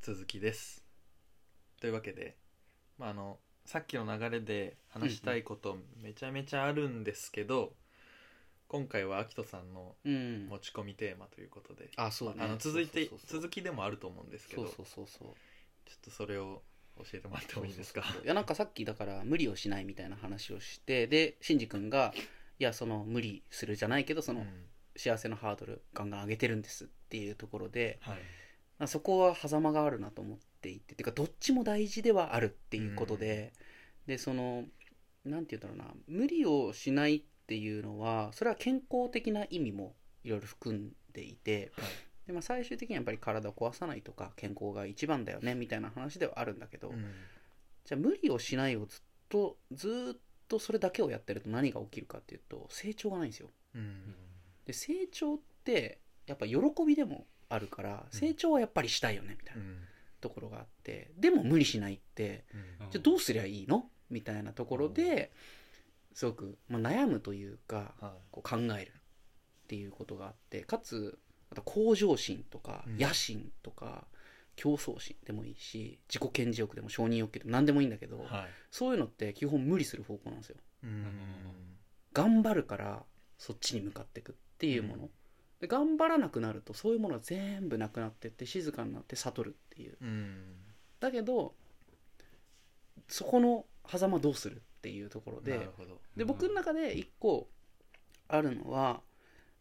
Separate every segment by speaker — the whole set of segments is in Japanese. Speaker 1: 続きですというわけで、まあ、あのさっきの流れで話したいことめちゃめちゃあるんですけど、今回はアキトさんの
Speaker 2: うん
Speaker 1: 持ち込みテーマということで、
Speaker 2: あそうね
Speaker 1: あの続いて
Speaker 2: そうそうそう
Speaker 1: 続きでもあると思うんですけど
Speaker 2: そうそうそうそ
Speaker 1: ち
Speaker 2: う
Speaker 1: ょっとそれを教えてもらってもいいですか
Speaker 2: そうそうそういやなんかさっきだから無理をしないみたいな話をしてでシンジ君がいやその無理するじゃないけどその
Speaker 1: うん
Speaker 2: 幸せのハードルガンガン上げてるんですっていうところで
Speaker 1: はい、
Speaker 2: まあそこは狭間があるなと思っていててかどっちも大事ではあるっていうことで、でそのなんて言うんだろうな無理をしないっていうのはそれは健康的な意味もいろいろ含んでいて、
Speaker 1: はい
Speaker 2: でまあ、最終的にはやっぱり体を壊さないとか健康が一番だよねみたいな話ではあるんだけど、
Speaker 1: うん
Speaker 2: じゃあ無理をしないをずっとずーっとそれだけをやってると何が起きるかっていうと成長がないんですよ。
Speaker 1: うん
Speaker 2: で成長ってやっぱ喜びでもあるから
Speaker 1: うん
Speaker 2: 成長はやっぱりしたいよねみたいな。
Speaker 1: うん
Speaker 2: ところがあってでも無理しないって
Speaker 1: うん
Speaker 2: じゃあどうすりゃいいのみたいなところで、すごく、まあ、悩むというか
Speaker 1: は
Speaker 2: こう考えるっていうことがあってかつまた向上心とか
Speaker 1: うん
Speaker 2: 野心とか、競争心でもいいし自己顕示欲でも承認欲求でも何でもいいんだけ
Speaker 1: い
Speaker 2: ど、
Speaker 1: はい
Speaker 2: そういうのって基本無理する方向なんですよ。
Speaker 1: うん
Speaker 2: 頑張るからそっちに向かっていくっていうもの、
Speaker 1: うん
Speaker 2: で頑張らなくなるとそういうものは全部なくなってって静かになって悟るっていう
Speaker 1: うん
Speaker 2: だけどそこの狭間どうするっていうところ
Speaker 1: な
Speaker 2: で
Speaker 1: るほど
Speaker 2: で僕の中で一個あるのは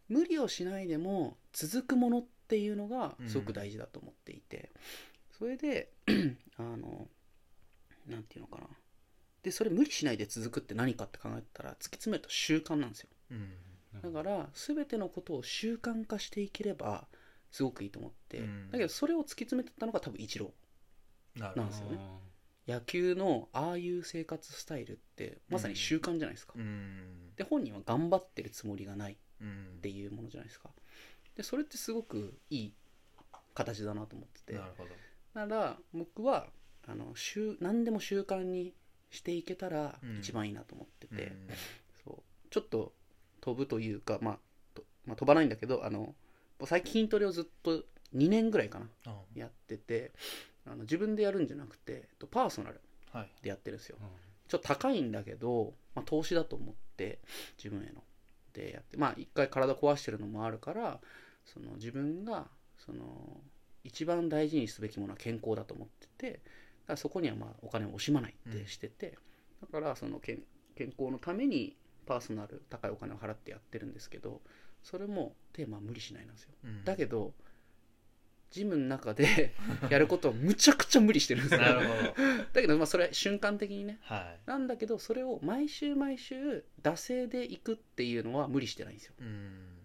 Speaker 2: 無理をしないでも続くものっていうのがすごく大事だと思っていて、それで あのなんていうのかなでそれ無理しないで続くって何かって考えたら突き詰めると習慣なんですよ
Speaker 1: うん
Speaker 2: だから全てのことを習慣化していければすごくいいと思って、
Speaker 1: うん
Speaker 2: だけどそれを突き詰めてったのが多分一郎
Speaker 1: なる
Speaker 2: なん
Speaker 1: ほ
Speaker 2: で
Speaker 1: ど
Speaker 2: すよね野球のああいう生活スタイルってまさに習慣じゃないですか、
Speaker 1: うん
Speaker 2: で本人は頑張ってるつもりがないっ
Speaker 1: うん
Speaker 2: ていうものじゃないですかでそれってすごくいい形だなと思ってて
Speaker 1: なるほど
Speaker 2: なら僕はあの習何でも習慣にしていけたら
Speaker 1: うん
Speaker 2: 一番いいなと思ってて、
Speaker 1: うん
Speaker 2: そうちょっと飛ぶというか、まあ、とまあ飛ばないんだけどあの最近筋トレをずっと2年ぐらいかな
Speaker 1: あ
Speaker 2: やっててあの自分でやるんじゃなくてえっとパーソナル
Speaker 1: はい
Speaker 2: でやってるんですよちょっと高いんだけど、まあ、投資だと思って自分へのでやってまあ一回体壊してるのもあるからその自分がその一番大事にすべきものは健康だと思っててだからそこにはまあお金を惜しまないってしてて、だからその健健康のためにパーソナル高いお金を払ってやってるんですけどそれもテーマは無理しないなんですよ
Speaker 1: うん
Speaker 2: だけどジムの中 でやることをむちゃくちゃ無理してるんですよ
Speaker 1: なるほど
Speaker 2: だけどまあそれは瞬間的にね
Speaker 1: は
Speaker 2: なんだけどそれを毎週毎週惰性で行くっていうのは無理してないんですよ
Speaker 1: いうん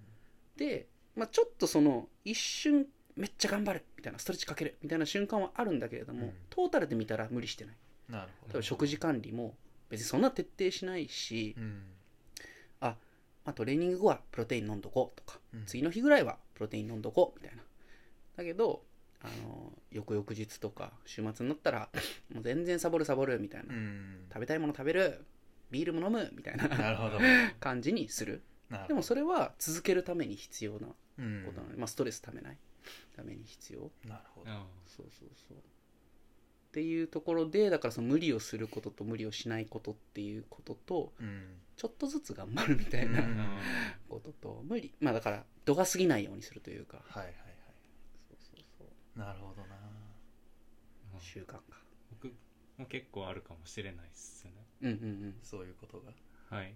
Speaker 2: で、まあ、ちょっとその一瞬めっちゃ頑張るみたいなストレッチかけるみたいな瞬間はあるんだけれども、
Speaker 1: うん
Speaker 2: トータルで見たら無理してない
Speaker 1: なるほ
Speaker 2: 多
Speaker 1: ど
Speaker 2: 分食事管理も別にそんな徹底しないし、
Speaker 1: うん
Speaker 2: まあ、トレーニング後はプロテイン飲んどこうとか、
Speaker 1: うん
Speaker 2: 次の日ぐらいはプロテイン飲んどこうみたいなだけどあの翌々日とか週末になったらもう全然サボるサボるみたいな、
Speaker 1: うん
Speaker 2: 食べたいもの食べるビールも飲むみたいな
Speaker 1: なる ほど
Speaker 2: 感じにする
Speaker 1: なる
Speaker 2: でもそれは続けるために必要なこ
Speaker 1: うん
Speaker 2: となので、まあ、ストレスためないために必要
Speaker 1: なるほど
Speaker 2: そうそうそうっていうところでだからその無理をすることと無理をしないことっていうことと
Speaker 1: うん
Speaker 2: ちょっとずつ頑張るみたいな
Speaker 1: うん
Speaker 2: ことと無理まあだから度が過ぎないようにするというか
Speaker 1: はいはいはい
Speaker 2: そうそうそう
Speaker 1: なるほどな
Speaker 2: 習慣化
Speaker 3: 僕も結構あるかもしれないっすね
Speaker 2: うんうん
Speaker 1: そういうことが
Speaker 3: はい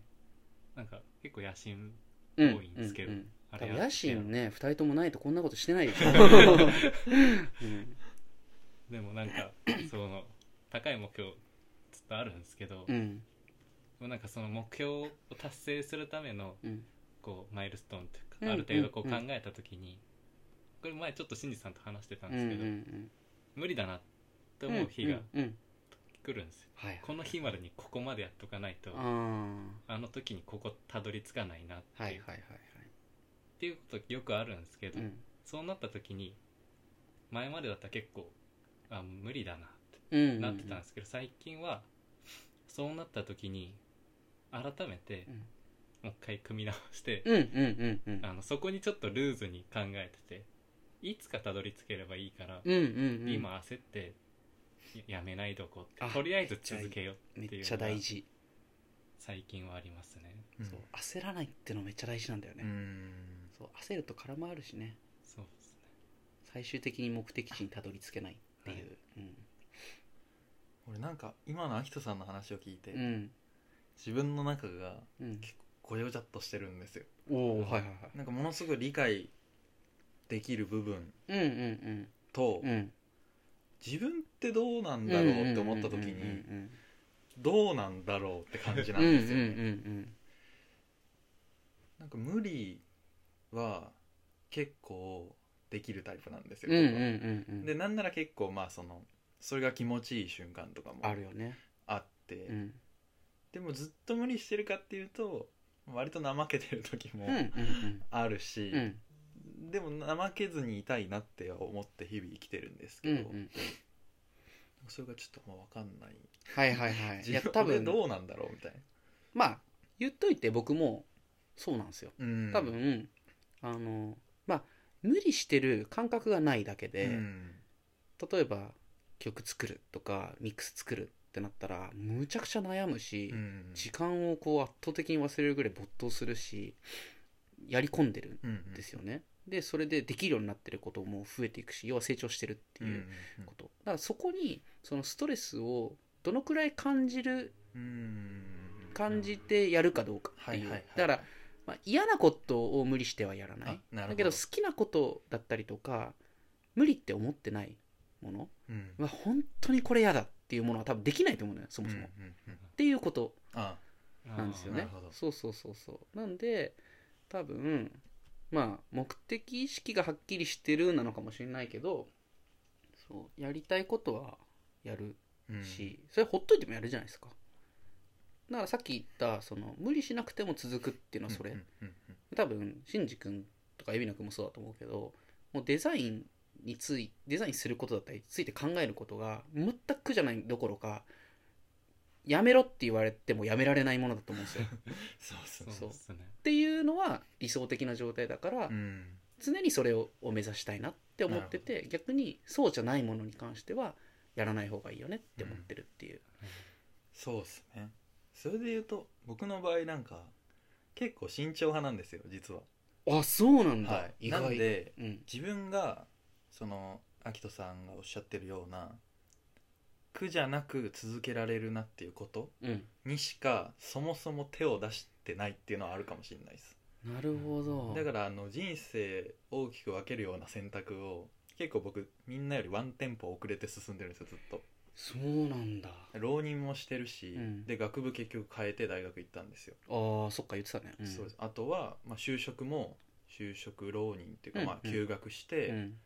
Speaker 3: なんか結構野心
Speaker 2: うん
Speaker 3: 多いんですけど
Speaker 2: うんうんうん
Speaker 3: あ
Speaker 2: 多分
Speaker 3: やっ
Speaker 2: 野
Speaker 3: てやろう
Speaker 2: 心ね2人ともないとこんなことしてないでしょ、 うん
Speaker 3: でもなんかその高い目標ずっとあるんですけど、
Speaker 2: う
Speaker 3: で
Speaker 2: ん
Speaker 3: もなんかその目標を達成するための
Speaker 2: うん
Speaker 3: こうマイルストーンというか、
Speaker 2: うん
Speaker 3: ある程度こう
Speaker 2: うん
Speaker 3: 考
Speaker 2: うん
Speaker 3: えた時に、これ前ちょっと新次さんと話してたん
Speaker 2: うんう
Speaker 3: ですけど、
Speaker 2: ん
Speaker 3: 無理だなって
Speaker 2: うん
Speaker 3: 思う日が
Speaker 2: うんうん
Speaker 3: 来るんですよ、
Speaker 2: はい
Speaker 3: この日までにここまでやっとかないと
Speaker 2: ああ
Speaker 3: あの時にここたどり着かないなっていう,、
Speaker 2: はいはいはい
Speaker 3: っていうことよくあるんですけど、
Speaker 2: はい。うん。
Speaker 3: そうなった時に前までだったら結構あ無理だなっ
Speaker 2: うんう
Speaker 3: て
Speaker 2: ん。
Speaker 3: なってたんですけど、最近はそうなった時に改めて
Speaker 2: うん
Speaker 3: もう一回組み直して、
Speaker 2: うんうんうんうん。
Speaker 3: あのそこにちょっとルーズに考えてていつかたどり着ければいいから、
Speaker 2: うんうん、うん、
Speaker 3: 今焦ってややめないどこって
Speaker 2: あ
Speaker 3: とりあえず続けよう
Speaker 2: め
Speaker 3: っ
Speaker 2: って
Speaker 3: いう
Speaker 2: ちゃ
Speaker 3: のが
Speaker 2: 大事、
Speaker 3: 最近はありますね
Speaker 1: うん
Speaker 2: そう焦らないってのめっちゃ大事なんだよね、
Speaker 1: うん
Speaker 2: そう焦ると空回るしね
Speaker 3: そうですね
Speaker 2: 最終的に目的地にたどり着けないっていう、
Speaker 1: 俺なんか今のアキトさんの話を聞いて、
Speaker 2: うんうん
Speaker 1: 自分の中が
Speaker 2: うん
Speaker 1: 結構ごよちゃっとしてるんですよ
Speaker 2: おおはいはいは
Speaker 1: なんかものすごい理解できる部分
Speaker 2: いうんうん
Speaker 1: と、
Speaker 2: うんうん
Speaker 1: 自分ってどうなんだろうって思った時
Speaker 2: うんうん
Speaker 1: にどうなんだろうって感じな
Speaker 2: うんうんんうん
Speaker 1: ですよね、
Speaker 2: うん
Speaker 1: なんか無理は結構できるタイプなんですよ、
Speaker 2: うんうんうん
Speaker 1: 僕は
Speaker 2: うんうん
Speaker 1: でなんなら結構まあそのそれが気持ちいい瞬間とかも
Speaker 2: あるよね
Speaker 1: あって
Speaker 2: うん
Speaker 1: でもずっと無理してるかっていうと割と怠けてる時も
Speaker 2: うんうん
Speaker 1: あるし、
Speaker 2: うんうん
Speaker 1: でも怠けずにいたいなって思って日々生きてるんです
Speaker 2: うんう
Speaker 1: けど、
Speaker 2: ん
Speaker 1: それがちょっともう分かんない
Speaker 2: はいはいはいい
Speaker 1: 自
Speaker 2: や
Speaker 1: 分
Speaker 2: 多
Speaker 1: で
Speaker 2: 分
Speaker 1: どうなんだろうみたい
Speaker 2: まあ言っといて僕もそうなんですよ
Speaker 1: な、うん
Speaker 2: 多分、あのまあ無理してる感覚がないだけで、
Speaker 1: うん
Speaker 2: 例えば曲作るとかミックス作るってなったらむちゃくちゃ悩むし、
Speaker 1: うん
Speaker 2: 時間をこう圧倒的に忘れるぐらい没頭するしやり込んでる
Speaker 1: うん
Speaker 2: んですよね、でそれでできるようになってることも増えていくし要は成長してるっていうこと、だからそこにそのストレスをどのくらい感じる
Speaker 1: うん
Speaker 2: 感じてやるかどうかっていう、だからまあ、嫌なことを無理してはやらない
Speaker 1: あなるほど
Speaker 2: だけど好きなことだったりとか無理って思ってないもの
Speaker 1: うん
Speaker 2: は本当にこれ嫌だっていうものは多分できないと思うのよそもそ
Speaker 1: う
Speaker 2: も、っ
Speaker 1: んうんうん
Speaker 2: ていうこと
Speaker 1: あ
Speaker 2: なんですよね
Speaker 1: あーなるほど
Speaker 2: そうそうそうそうなんで多分まあ目的意識がはっきりしてるなのかもしれないけどそうやりたいことはやる
Speaker 1: うん
Speaker 2: し、それほっといてもやるじゃないですかだからさっき言ったその無理しなくても続くっていうのはそれ、
Speaker 1: うんうんうん
Speaker 2: 多分シンジ君とかエビナ君もそうだと思うけどもうデザインについデザインすることだったりについて考えることが全く苦じゃないどころかやめろって言われてもやめられないものだと思う んですよっ
Speaker 1: そうそ
Speaker 3: そうう
Speaker 1: そ
Speaker 3: ですね
Speaker 2: ていうのは理想的な状態だから、
Speaker 1: ううん
Speaker 2: 常にそれをを目指したいなって思ってて逆にそうじゃないものに関してはやらない方がいいよねって思ってるっていう、
Speaker 1: そうですねそれで言うと僕の場合なんか結構慎重派なんですよ実は
Speaker 2: あそうなんだ、
Speaker 1: はい
Speaker 2: 意外
Speaker 1: なんで
Speaker 2: うん
Speaker 1: 自分がそのアキトさんがおっしゃってるような苦じゃなく続けられるなっていうこと
Speaker 2: うん
Speaker 1: にしかそもそも手を出してないっていうのはあるかもしれないです
Speaker 2: なるほど
Speaker 1: だからあの人生大きく分けるような選択を結構僕みんなよりワンテンポ遅れて進んでるんですよずっと
Speaker 2: そうなんだ
Speaker 1: 浪人もしてるし、
Speaker 2: うん
Speaker 1: で学部結局変えて大学行ったんですよ、
Speaker 2: あーそっか言ってたね、ん
Speaker 1: そうですあとは、まあ、就職も就職浪人っていうか、
Speaker 2: うん
Speaker 1: まあ、
Speaker 2: うん
Speaker 1: 休学して、
Speaker 2: うん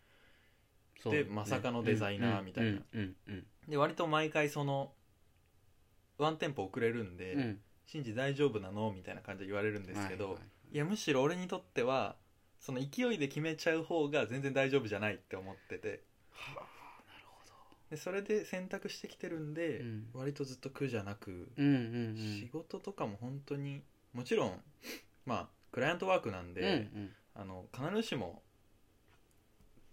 Speaker 1: でまさかのデザイナーみたいな。
Speaker 2: うんうん
Speaker 1: で割と毎回そのワンテンポ遅れるんで
Speaker 2: うんうんうん
Speaker 1: 「シンジ大丈夫なの?」みたいな感じで言われるんですけど、
Speaker 2: はい
Speaker 1: い
Speaker 2: はい
Speaker 1: やむしろ俺にとってはその勢いで決めちゃう方が全然大丈夫じゃないって思ってて
Speaker 2: はあなるほ
Speaker 1: でそれで選択してきてるんで、
Speaker 2: ど。うん
Speaker 1: 割とずっと苦じゃなく、
Speaker 2: うん
Speaker 1: 仕事とかも本当にもちろんまあクライアントワークなんで、
Speaker 2: うんうんうん
Speaker 1: あの必ずしも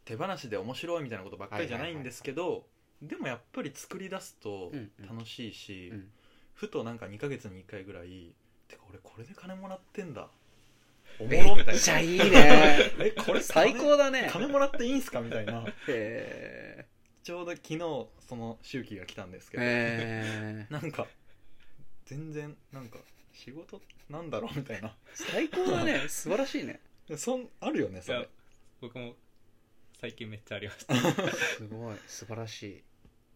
Speaker 1: 手放しで面白いみたいなことばっかりじゃないんですけど、でもやっぱり作り出すと
Speaker 2: うんうん
Speaker 1: 楽しいし、
Speaker 2: うん
Speaker 1: ふとなんか2ヶ月に1回ぐらい「てか俺これで金もらってんだ」おもろみたい
Speaker 2: めっちゃ
Speaker 1: な
Speaker 2: いいね
Speaker 1: えこれ
Speaker 2: 最高だね
Speaker 1: 金金もらっていいんすかみたいな
Speaker 2: へ
Speaker 1: ちょうど昨日その周期が来たんですけ
Speaker 2: ー
Speaker 1: ど、
Speaker 2: へー
Speaker 1: なんか全然なんか仕事なんだろうみたいな
Speaker 2: 最高 だね素晴らしいね
Speaker 1: そんあるよね
Speaker 3: い
Speaker 1: そ
Speaker 3: や
Speaker 1: れ
Speaker 3: 僕も最近めっちゃありま した
Speaker 2: すごい素晴らしい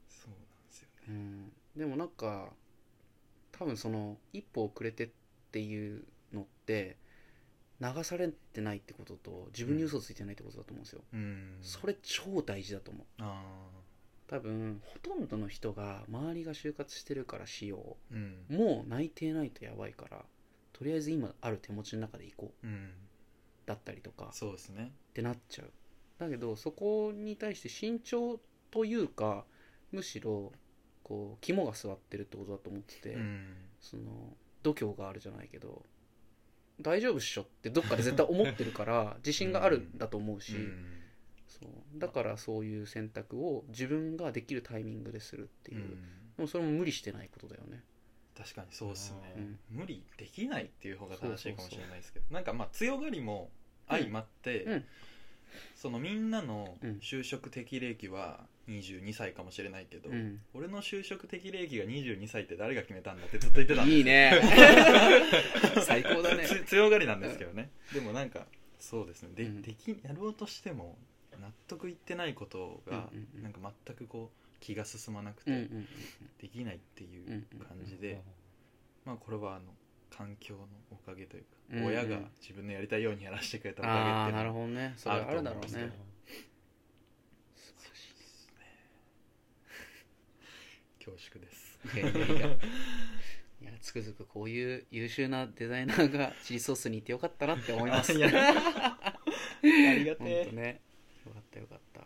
Speaker 1: そうなんですよね
Speaker 2: うんでもなんか多分その一歩遅れてっていうのって流されてないってことと自分に嘘ついてないってことだと思うんですよ、
Speaker 1: うん
Speaker 2: それ超大事だと思う
Speaker 1: あ
Speaker 2: 多分ほとんどの人が周りが就活してるからしよ
Speaker 1: ーうん
Speaker 2: うもう内定ないとやばいからとりあえず今ある手持ちの中で行こう
Speaker 1: うん
Speaker 2: だったりとか
Speaker 1: そうですね
Speaker 2: ってなっちゃうだけどそこに対して慎重というかむしろこう肝が据わってるってことだと思ってて、
Speaker 1: うん
Speaker 2: その度胸があるじゃないけど大丈夫っしょってどっかで絶対思ってるから自信があるんだと思うし、
Speaker 1: うん
Speaker 2: そうだからそういう選択を自分ができるタイミングでするっていう、でもそれも無理してないことだよね
Speaker 1: 確かにそうですね、
Speaker 2: うん
Speaker 1: 無理できないっていう方が正しいかもしれないですけどなんかまあ強がりも相まって、
Speaker 2: うんうん
Speaker 1: そのみんなの
Speaker 2: うん
Speaker 1: 就職適齢期は22歳かもしれないけど、
Speaker 2: うん
Speaker 1: 俺の就職適齢期が22歳って誰が決めたんだってずっと言ってたんです
Speaker 2: いいね 最高だね
Speaker 1: つ強がりなんですけどね、でもなんかそうですねで,、
Speaker 2: うん
Speaker 1: できやろうとしても納得いってないことが、
Speaker 2: うんうんうん
Speaker 1: なんか全くこう気が進まなくて、
Speaker 2: うんうん
Speaker 1: できないっていう
Speaker 2: うんうん
Speaker 1: 感じで、まあこれはあの環境のおかげというか、
Speaker 2: うんうん
Speaker 1: 親が自分のやりたいようにやらせてくれたおかげって
Speaker 2: ああなる
Speaker 1: ほ
Speaker 2: ほどねそれはあるだろう
Speaker 1: ある
Speaker 2: ね
Speaker 1: とど 恐縮です
Speaker 2: いやいやいやいやつくづくこういう優秀なデザイナーがチリソースにいてよかったなって思い ま す
Speaker 1: いやありが
Speaker 2: 本
Speaker 1: てえ
Speaker 2: 当ねよかったよかった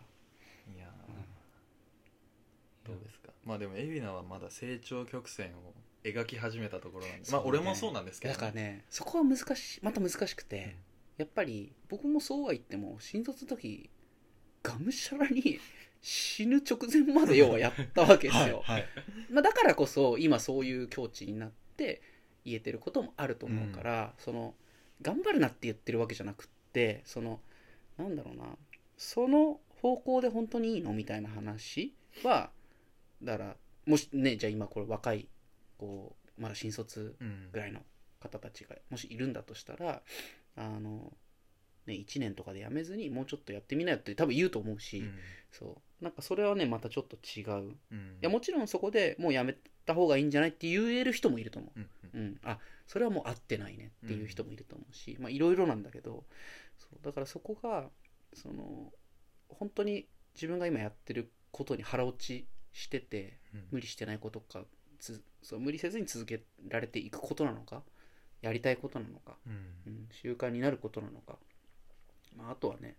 Speaker 1: いやー
Speaker 2: うん
Speaker 1: どうですかまあでも海老名はまだ成長曲線を描き始めたところなんで、
Speaker 2: そうね
Speaker 1: まあ俺もそうなんですけど
Speaker 2: だからねそこは難しいまた難しくて、やっぱり僕もそうは言っても新卒の時がむしゃらに死ぬ直前まで要はやったわけですよ
Speaker 1: はい、はい
Speaker 2: まあ、だからこそ今そういう境地になって言えてることもあると思うから、その頑張るなって言ってるわけじゃなくってそのなんだろうなその方向で本当にいいのみたいな話はだからもしねじゃあ今これ若いこうまだ新卒
Speaker 1: うん
Speaker 2: ぐらいの方たちがもしいるんだとしたらあの、ね、1年とかでやめずにもうちょっとやってみなよって多分言うと思うし、
Speaker 1: うん
Speaker 2: そうなんかそれはねまたちょっと違う
Speaker 1: うん
Speaker 2: いやもちろんそこでもうやめた方がいいんじゃないって言える人もいると思
Speaker 1: うん
Speaker 2: う、うん、あそれはもう合ってないねっていう人もいると思うし、まあいろいろなんだけどそうだからそこがその本当に自分が今やってることに腹落ちしてて
Speaker 1: うん
Speaker 2: 無理してないことかつそう無理せずに続けられていくことなのかやりたいことなのか、
Speaker 1: うん
Speaker 2: うん、習慣になることなのか、まあ、あとはね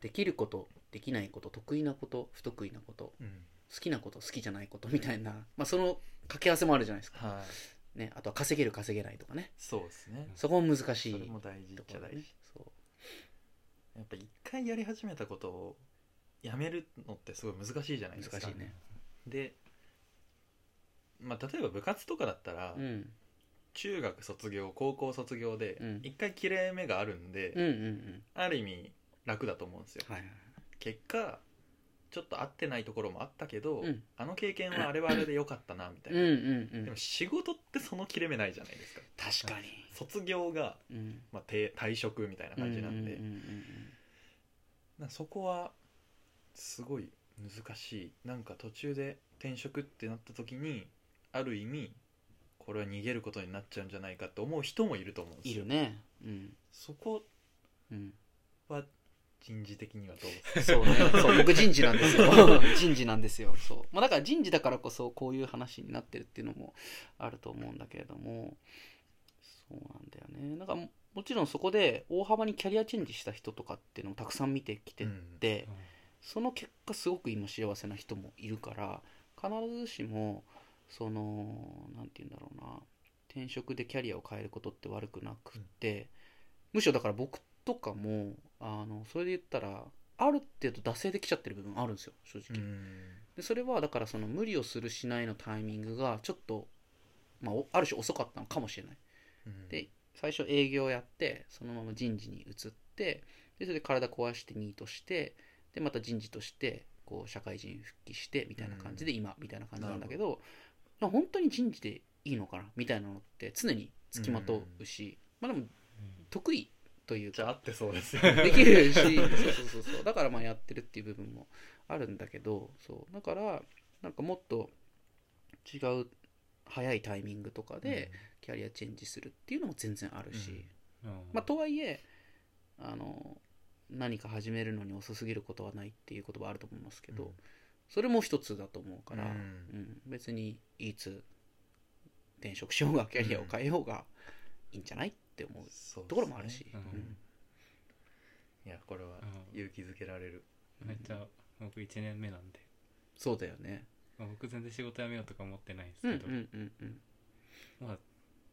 Speaker 2: できることできないこと得意なこと不得意なこと
Speaker 1: うん
Speaker 2: 好きなこと好きじゃないことみたいな、まあ、その掛け合わせもあるじゃないですか、
Speaker 1: はい
Speaker 2: ね、あとは稼げる稼げないとかね
Speaker 1: そうですね
Speaker 2: そこも難しい
Speaker 1: それも大事っ
Speaker 2: とこ
Speaker 1: ちゃ
Speaker 2: ろだ
Speaker 1: 大
Speaker 2: ね
Speaker 1: 事
Speaker 2: そう
Speaker 1: やっぱ一回やり始めたことをやめるのってすごい難しいじゃないですか
Speaker 2: 難しいね
Speaker 1: で、まあ、例えば部活とかだったら、
Speaker 2: うん
Speaker 1: 中学卒業高校卒業で
Speaker 2: うん
Speaker 1: 一回切れ目があるんで、
Speaker 2: うんうんうん
Speaker 1: ある意味楽だと思うんですよ
Speaker 2: はいはいはい
Speaker 1: 結果ちょっと合ってないところもあったけど、
Speaker 2: うん
Speaker 1: あの経験はあれはあれで良かったなみたい
Speaker 2: うん
Speaker 1: な、
Speaker 2: うんう
Speaker 1: で
Speaker 2: ん
Speaker 1: も仕事ってその切れ目ないじゃないですか
Speaker 2: 確かに、
Speaker 1: 卒業が、
Speaker 2: うん、
Speaker 1: まあ、定退職みたいな感じなんで、
Speaker 2: うううんうん
Speaker 1: なんかそこはすごい難しいなんか途中で転職ってなった時にある意味これは逃げることになっちゃうんじゃないかって思う人もいると思うんで
Speaker 2: い
Speaker 1: すよ
Speaker 2: るねうん
Speaker 1: そこ
Speaker 2: うん、
Speaker 1: は人事的にはどうですか
Speaker 2: そうねそう僕人事なんですよ 人事なんですよそう、まあ、だから人事だからこそこういう話になってるっていうのもあると思うんだけれどもそうなんだよねだからももちろんそこで大幅にキャリアチェンジした人とかっていうのもたくさん見てきてて、その結果すごく今幸せな人もいるから必ずしもそのなんて言うんだろうな転職でキャリアを変えることって悪くなくて、むしろだから僕とかもあのそれで言ったらある程度惰性できちゃってる部分あるんですよ正
Speaker 1: う
Speaker 2: 直、
Speaker 1: ん
Speaker 2: でそれはだからその無理をするしないのタイミングがちょっと、まあ、おある種遅かったのかもしれない
Speaker 1: うん
Speaker 2: で最初営業やってそのまま人事に移ってでそれで体壊してニートしてでまた人事としてこう社会人復帰してみたいな感じで今みたいな感じなんだけどまあ本当に人事でいいのかなみたいなのって常に付きまとうし、まあでも得意という
Speaker 1: じゃあ合
Speaker 2: か
Speaker 1: って そうですよ
Speaker 2: できるしそうそうそうそうだからまあやってるっていう部分もあるんだけどそうだからなんかもっと違う早いタイミングとかでキャリアチェンジするっていうのも全然あるし、
Speaker 1: うん
Speaker 2: まあ、とはいえあの何か始めるのに遅すぎることはないっていう言葉あると思いますけど、
Speaker 1: うん
Speaker 2: それも一つだと思うから、
Speaker 1: うん
Speaker 2: うん別にいつ転職しようがキャリアを変えようがいいんじゃないって思
Speaker 1: そ
Speaker 2: う
Speaker 1: うですね
Speaker 2: ところもあるし、
Speaker 3: うん
Speaker 2: うん
Speaker 1: いやこれは勇気づけられる
Speaker 3: めっちゃ僕1年目なんで、
Speaker 2: そうだよね
Speaker 3: まあ、僕全然仕事辞めようとか思ってないです
Speaker 2: うんう
Speaker 3: けど、
Speaker 2: んうんうん
Speaker 3: まあ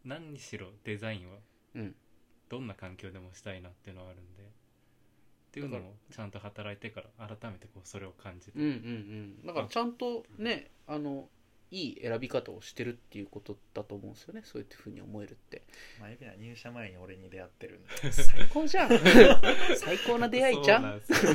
Speaker 3: 何にしろデザインは
Speaker 2: うん
Speaker 3: どんな環境でもしたいなっていうのはあるんでっていうのをちゃんと働いてから改めてこうそれを感じて、
Speaker 2: うんうんうんだからちゃんとねあのいい選び方をしてるっていうことだと思うんですよねそういうふうに思えるって
Speaker 1: まあ、エビナ入社前に俺に出会ってるんで
Speaker 2: 最高じゃん 最高な出会いじゃん
Speaker 3: そうなんですよ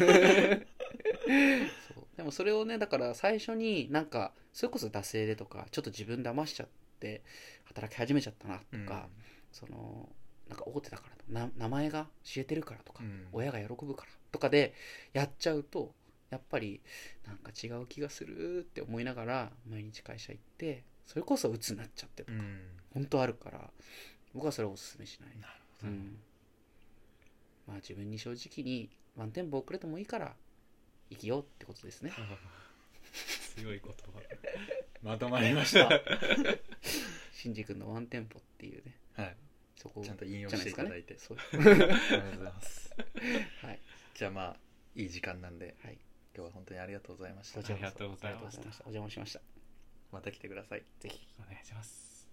Speaker 2: そうでもそれをねだから最初になんかそれこそ惰性でとかちょっと自分騙しちゃって働き始めちゃったなとか、そのなんか大手だからとな名前が知れてるからとか、
Speaker 1: うん
Speaker 2: 親が喜ぶからとかでやっちゃうとやっぱりなんか違う気がするって思いながら毎日会社行ってそれこそ鬱になっちゃってと
Speaker 1: う
Speaker 2: か、
Speaker 1: ん、
Speaker 2: 本当あるから僕はそれをおすすめしない
Speaker 1: なる
Speaker 2: う
Speaker 1: ほど、
Speaker 2: ん、まあ自分に正直にワンテンポ遅れてもいいから生きようってことですね
Speaker 3: あー強い言葉
Speaker 1: まとまりました、は
Speaker 2: シンジ君のワンテンポっていうね
Speaker 1: い、
Speaker 2: そこ
Speaker 1: ちゃんと引用
Speaker 2: じゃ
Speaker 1: し
Speaker 2: ない
Speaker 1: て
Speaker 2: で
Speaker 1: い
Speaker 2: すか
Speaker 1: ただいて、
Speaker 2: ねそう
Speaker 1: ありがとうございます
Speaker 2: はい
Speaker 1: じゃあまあいい時間なんで
Speaker 2: はい
Speaker 1: 今日は本当にありがとうございまし
Speaker 2: こ
Speaker 1: た
Speaker 2: ちらこそ
Speaker 3: ありがとうございまし
Speaker 2: ありがとうご
Speaker 3: た
Speaker 2: ざいましたお邪魔しました
Speaker 1: また来てください
Speaker 2: ぜひ
Speaker 3: お願いします